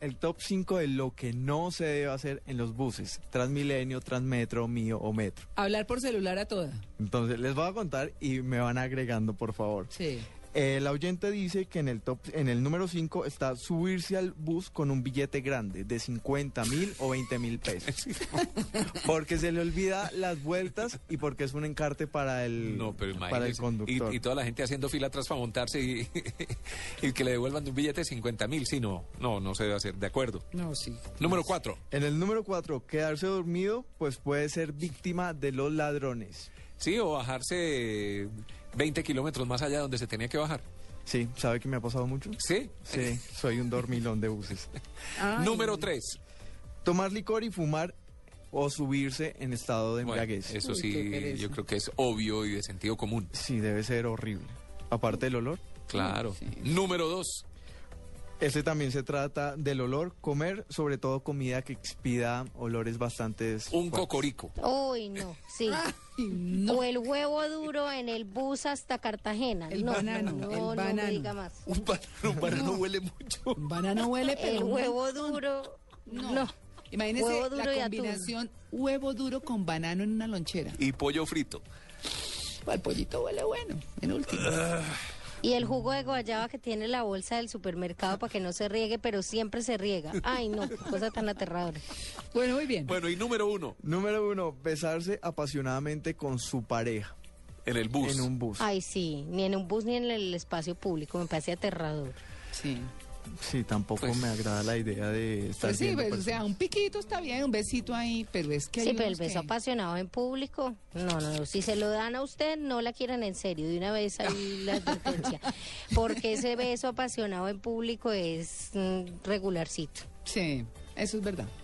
el top 5 de lo que no se debe hacer en los buses, Transmilenio, Transmetro, Mío o Metro. Hablar por celular a toda. Entonces, les voy a contar y me van agregando, por favor. Sí. El oyente dice que en el top, en el número 5 está subirse al bus con un billete grande de 50 mil o 20 mil pesos. Porque se le olvida las vueltas y porque es un encarte para el, No, pero imagínese. para el conductor. Y, y toda la gente haciendo fila atrás para montarse y, y que le devuelvan de un billete de 50 mil. Sí, no, no, no se debe hacer. De acuerdo. No, sí. Pues Número cuatro. En el número 4, quedarse dormido, pues puede ser víctima de los ladrones. Sí, o bajarse 20 kilómetros más allá donde se tenía que bajar. Sí, ¿sabe que me ha pasado mucho? Sí. Sí, soy un dormilón de buses. Ay. Número tres. Tomar licor y fumar o subirse en estado de Bueno, embriaguez. eso Uy, qué sí, pereza. yo creo que es obvio y de sentido común. Sí, debe ser horrible. Aparte del olor. Claro. Sí. Número dos. Este también se trata del olor, comer, sobre todo comida que expida olores bastante... Un fuertes. cocorico. Uy, no, sí. Ay, no. O el huevo duro en el bus hasta Cartagena. El no, banano, el no, no banano. me diga más. Un banano, un banano huele mucho. Un banano huele, pero. El un huevo montón. duro. No. No. Imagínese Huevo duro y la atún. combinación huevo duro con banano en una lonchera. Y pollo frito. Pues el pollito huele bueno, en último. Y el jugo de guayaba que tiene la bolsa del supermercado para que no se riegue, pero siempre se riega. Ay, no, qué cosa tan aterradora. Bueno, muy bien. Bueno, y número uno. Número uno, besarse apasionadamente con su pareja En el bus. en un bus. Ay, sí, ni en un bus ni en el espacio público, me parece aterrador. Sí. Sí, tampoco Pues- me agrada la idea de estar Pues sí, viendo pues, o sea, personas. un piquito está bien, un besito ahí, pero es que hay Sí, pero el unos que- beso apasionado en público, no, no, no. Si se lo dan a usted, no la quieran en serio. De una vez ahí la advertencia. Porque ese beso apasionado en público es mm, regularcito. Sí, eso es verdad.